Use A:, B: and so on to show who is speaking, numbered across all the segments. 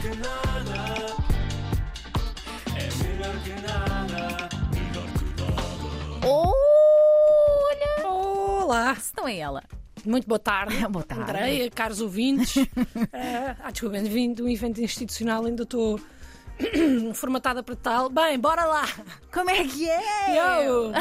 A: que nada. É melhor que nada. Melhor que nada.
B: Olha!
C: Olá!
B: Se não é ela.
C: Muito boa tarde.
B: Boa É tarde.
C: Andreia, caros ouvintes. Eh, ah, desculpa, vim de um evento institucional, ainda estou formatada para tal. Bem, bora lá!
B: Como é que é?
C: Yo!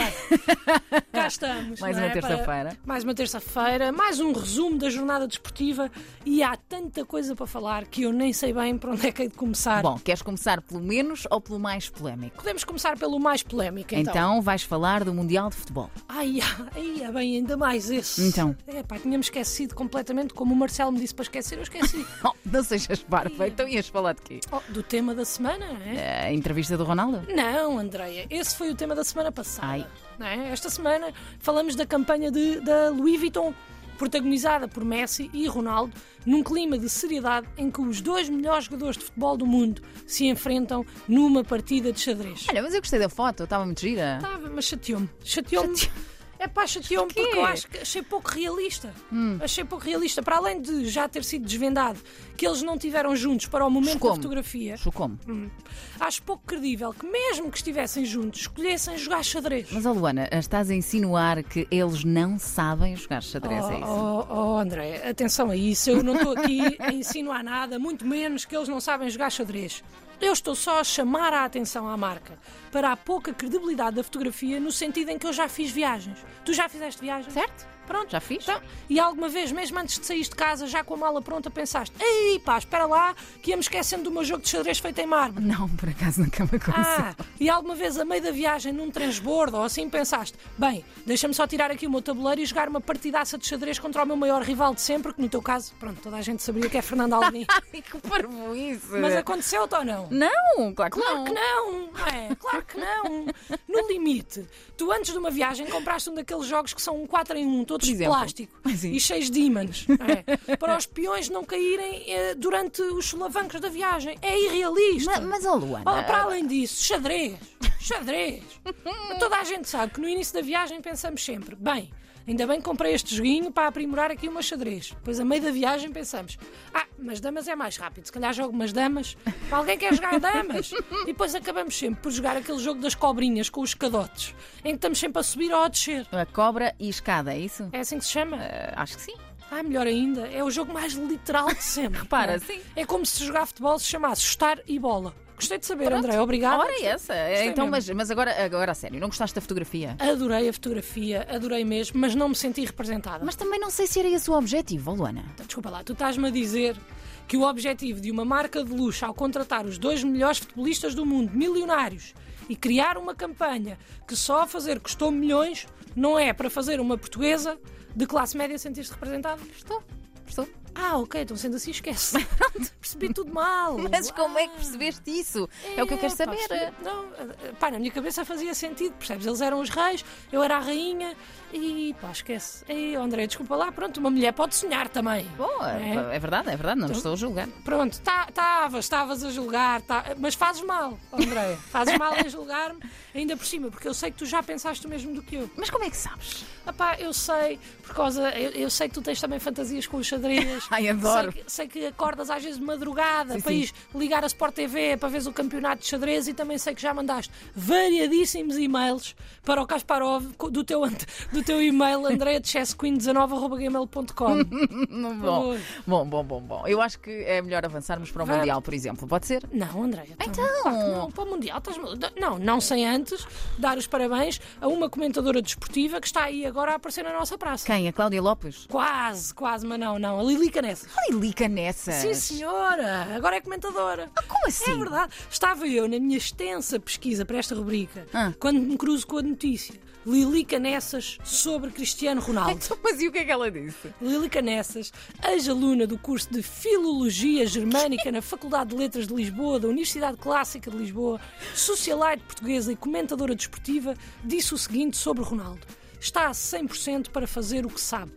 C: Cá estamos.
B: Mais
C: não
B: uma
C: é? Para-
B: terça-feira.
C: Mais uma terça-feira, mais um resumo da jornada desportiva e há tanta coisa para falar que eu nem sei bem para onde é que hei de começar.
B: Bom, queres começar pelo menos ou pelo mais polémico?
C: Podemos começar pelo mais polémico,
B: Então, vais falar do Mundial de Futebol.
C: Ai, ai, é bem, ainda mais esse.
B: Então.
C: É pá, tinha-me esquecido completamente, como o Marcelo me disse para esquecer, eu esqueci.
B: Oh, não sejas barba, então ias falar de quê?
C: Oh, do tema da semana, é?
B: A entrevista do Ronaldo?
C: Não, Andreia, esse foi o tema da semana passada.
B: Ai.
C: não é? Esta semana falamos da campanha de, da Louis Vuitton, protagonizada por Messi e Ronaldo, num clima de seriedade em que os dois melhores jogadores de futebol do mundo se enfrentam numa partida de xadrez.
B: Olha, mas eu gostei da foto, estava muito gira.
C: Estava, mas chateou-me. Chateou-me.
B: Chateou-
C: É pá, chateou-me
B: Porquê? Hum.
C: porque eu acho que achei pouco realista. Achei pouco realista. Para além de já ter sido desvendado que eles não tiveram juntos para o momento
B: Chocou-me.
C: da fotografia,
B: Chocou-me.
C: acho pouco credível que, mesmo que estivessem juntos, escolhessem jogar xadrez.
B: Mas, ó Luana, estás a insinuar que eles não sabem jogar xadrez, é isso?
C: Oh, oh, oh, André, atenção a isso. Eu não estou aqui a insinuar nada, muito menos que eles não sabem jogar xadrez. Eu estou só a chamar a atenção à marca para a pouca credibilidade da fotografia no sentido em que eu já fiz viagens. Tu já fizeste viagens?
B: Certo?
C: Pronto.
B: Já fiz?
C: Então, e alguma vez, mesmo antes de sair de casa, já com a mala pronta, pensaste: ei pá, espera lá, que ia-me esquecendo do meu jogo de xadrez feito em mármore.
B: Não, por acaso nunca me aconteceu.
C: Ah, e alguma vez a meio da viagem num transbordo ou assim pensaste, bem, deixa-me só tirar aqui o meu tabuleiro e jogar uma partidaça de xadrez contra o meu maior rival de sempre, que no teu caso, pronto, toda a gente sabia que é Fernando Alvim.
B: Ai, que parvoíce!
C: Mas aconteceu-te ou não?
B: Não, claro que
C: Claro
B: não.
C: que não, não é? Claro que não. No limite, tu antes de uma viagem compraste um daqueles jogos que são um 4 em 1, todos
B: Por
C: de
B: exemplo.
C: plástico
B: Ah, sim.
C: e cheios de ímãs, não é? para os peões não caírem eh, durante os solavancos da viagem. É irrealista.
B: Ma- Mas, ó Luana,
C: Ora, para além disso, xadrez, xadrez. Toda a gente sabe que no início da viagem pensamos sempre, bem, ainda bem que comprei este joguinho para aprimorar aqui o meu xadrez. Depois, a meio da viagem, pensamos, ah, mas damas é mais rápido, se calhar jogo umas damas. Alguém quer jogar damas? E depois acabamos sempre por jogar aquele jogo das cobrinhas com os cadotes, em que estamos sempre a subir ou a descer.
B: a cobra e escada, é isso?
C: É assim que se chama?
B: Eh, acho que sim.
C: Ah, melhor ainda, é o jogo mais literal de sempre.
B: Repara,
C: Não é?
B: sim.
C: É como se jogar futebol se chamasse chutar e bola. Gostei de saber,
B: Pronto.
C: André. Obrigada.
B: Ora, é essa.
C: Gostei
B: então, mas,
C: mesmo.
B: mas agora, agora, a sério, não gostaste da fotografia?
C: Adorei a fotografia, adorei mesmo, mas não me senti representada.
B: Mas também não sei se era esse o objetivo, ó Luana.
C: Desculpa lá, tu estás-me a dizer que o objetivo de uma marca de luxo ao contratar os dois melhores futebolistas do mundo, milionários, e criar uma campanha que só a fazer custou milhões, não é para fazer uma portuguesa de classe média sentir-se representada?
B: Estou, estou.
C: Ah, ok, então sendo assim esquece. Percebi tudo mal.
B: Mas como é que
C: Ah.
B: percebeste isso? É o que eu quero
C: pá,
B: saber.
C: percebi- Não, eh, pá, na minha cabeça fazia sentido, percebes? Eles eram os reis, eu era a rainha e pá, esquece. E oh, André, desculpa lá, pronto, uma mulher pode sonhar também.
B: Boa,
C: É.
B: é verdade, é verdade, não estou a julgar.
C: Pronto, estavas, estavas a julgar, tá- mas fazes mal, André. fazes mal em julgar-me, ainda por cima, porque eu sei que tu já pensaste o mesmo do que eu.
B: Mas como é que sabes?
C: Ah pá, eu sei, por causa. Eu, eu sei que tu tens também fantasias com os xadrez.
B: Ai, adoro.
C: Sei que, sei que acordas às vezes de madrugada
B: Sim,
C: para
B: sim.
C: ir ligar a Sport TV para ver o campeonato de xadrez e também sei que já mandaste variadíssimos e-mails para o Kasparov co- do teu, ant- do teu e-mail andreadechessqueen19.gmail.com.
B: Bom, bom, bom, bom, bom. Eu acho que é melhor avançarmos para o
C: Vamos.
B: Mundial, por exemplo. Pode ser?
C: Não, André.
B: Então?
C: não, para o Mundial. estás maluco. Não, não sem antes dar os parabéns a uma comentadora desportiva que está aí agora a aparecer na nossa praça.
B: Quem? A Cláudia Lopes?
C: Quase, quase, mas não, não. A Lili Canessa.
B: Lilica nessa.
C: Sim, senhora, agora é comentadora.
B: Como assim?
C: É verdade. Estava eu na minha extensa pesquisa para esta rubrica,
B: Ah.
C: quando me cruzo com a notícia. Lilica Nessas sobre Cristiano Ronaldo.
B: Mas e o que é que ela disse?
C: Lilica Nessas, ex-aluna do curso de Filologia Germânica na Faculdade de Letras de Lisboa, da Universidade Clássica de Lisboa, socialite portuguesa e comentadora desportiva, disse o seguinte sobre Ronaldo: Está a 100% para fazer o que sabe.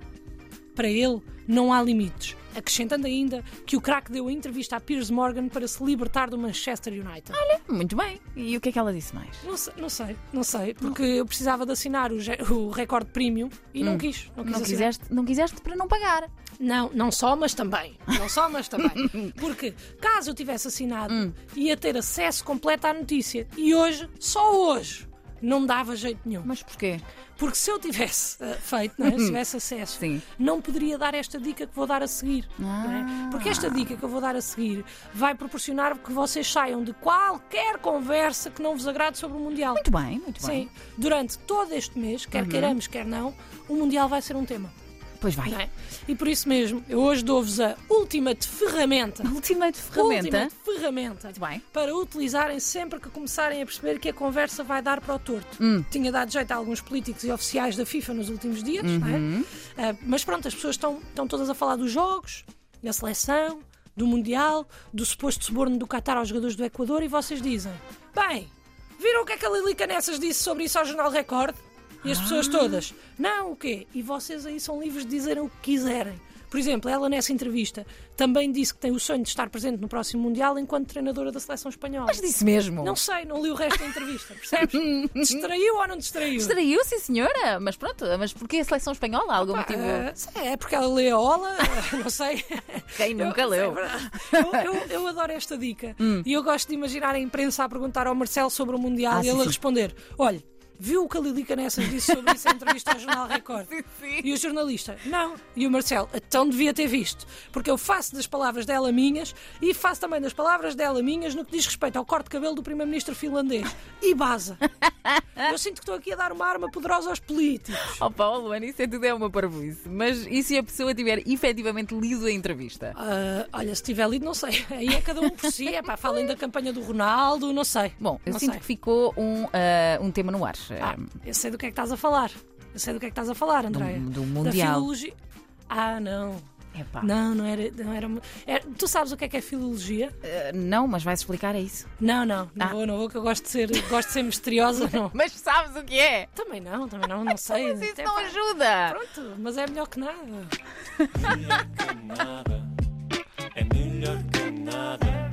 C: Para ele, não há limites. Acrescentando ainda que o craque deu a entrevista a Piers Morgan para se libertar do Manchester United.
B: Muito bem. E o que é que ela disse mais?
C: Não sei, não sei, não sei, porque eu precisava de assinar o, ge- o recorde premium e não quis.
B: Não
C: Não, quis assinar.
B: quiseste, não quiseste para não pagar.
C: Não, não só, mas também. Não só, mas também. Porque caso eu tivesse assinado,
B: Hum.
C: ia ter acesso completo à notícia. E hoje, só hoje, não me dava jeito nenhum.
B: Mas porquê?
C: Porque se eu tivesse eh, feito, não é? se tivesse acesso,
B: Sim.
C: não poderia dar esta dica que vou dar a seguir. não é?
B: Ah.
C: Porque esta dica que eu vou dar a seguir vai proporcionar que vocês saiam de qualquer conversa que não vos agrade sobre o Mundial.
B: Muito bem, Uhum. muito bem.
C: Sim, durante todo este mês, quer queiramos, quer não, o Mundial vai ser um tema.
B: Pois vai.
C: não é? E por isso mesmo, eu hoje dou-vos a última de ferramenta.
B: Ultimate ferramenta.
C: Última de ferramenta.
B: Muito bem.
C: Para utilizarem sempre que começarem a perceber que a conversa vai dar para o torto.
B: Hum.
C: Tinha dado jeito a alguns políticos e oficiais da FIFA nos últimos dias, não é?
B: Uhum.
C: Ah, mas pronto, as pessoas estão, estão todas a falar dos jogos, da seleção, do Mundial, do suposto suborno do Qatar aos jogadores do Equador e vocês dizem: Bem, viram o que é que a Lili Canessas disse sobre isso ao Jornal Record? E as
B: Ah.
C: pessoas todas: Não, o quê? E vocês aí são livres de dizerem o que quiserem. Por exemplo, ela nessa entrevista também disse que tem o sonho de estar presente no próximo Mundial enquanto treinadora da seleção espanhola.
B: Mas disse mesmo.
C: Não sei, não li o resto da entrevista, percebes? distraiu ou não distraiu?
B: Distraiu, sim senhora. Mas pronto, mas porquê a seleção espanhola? Há algum
C: Pá,
B: motivo?
C: eh, sei, é porque ela lê a Ola, eh, não sei.
B: Quem Tipo, nunca
C: Eu-
B: leu? Hum.
C: é verdade. Eu, eu- eu adoro esta dica. E eu gosto de imaginar a imprensa a perguntar ao Marcelo sobre o Mundial
B: Ah,
C: e
B: sim,
C: ele a
B: sim.
C: responder: olha, viu o que a Lilica Nessas disse sobre isso em entrevista ao Jornal Record? E o jornalista: não. E o Marcelo: então devia ter visto, porque eu faço das palavras dela minhas e faço também das palavras dela minhas no que diz respeito ao corte de cabelo do primeiro-ministro finlandês. E baza. Eu sinto que estou aqui a dar uma arma poderosa aos políticos.
B: Oh Paulo, Luana, isso é tudo é uma parvoíce. Mas e se a pessoa tiver efetivamente lido a entrevista?
C: Ah, olha, se tiver lido, não sei. Aí é cada um por si. É pá, falem da campanha do Ronaldo, não sei.
B: Bom, eu
C: não
B: sinto
C: sei.
B: que ficou um, ah, um tema no ar.
C: Ah, eu sei do que é que estás a falar. Eu sei do que é que estás a falar, Andréia.
B: do
C: Da
B: Mundial.
C: filologia. Ah, não.
B: Epá.
C: Não, não era, não era, era- Tu sabes o que é que é filologia?
B: Ah, não, mas vais explicar, é isso.
C: Não, não. Não
B: Ah.
C: vou, não vou, que eu gosto de ser, gosto de ser misteriosa, não.
B: Mas sabes o que é?
C: Também não, também não, não sei.
B: Mas isso então,
C: Até
B: não
C: pá,
B: ajuda.
C: Pronto, mas é melhor que nada.
A: melhor que nada, é melhor que nada.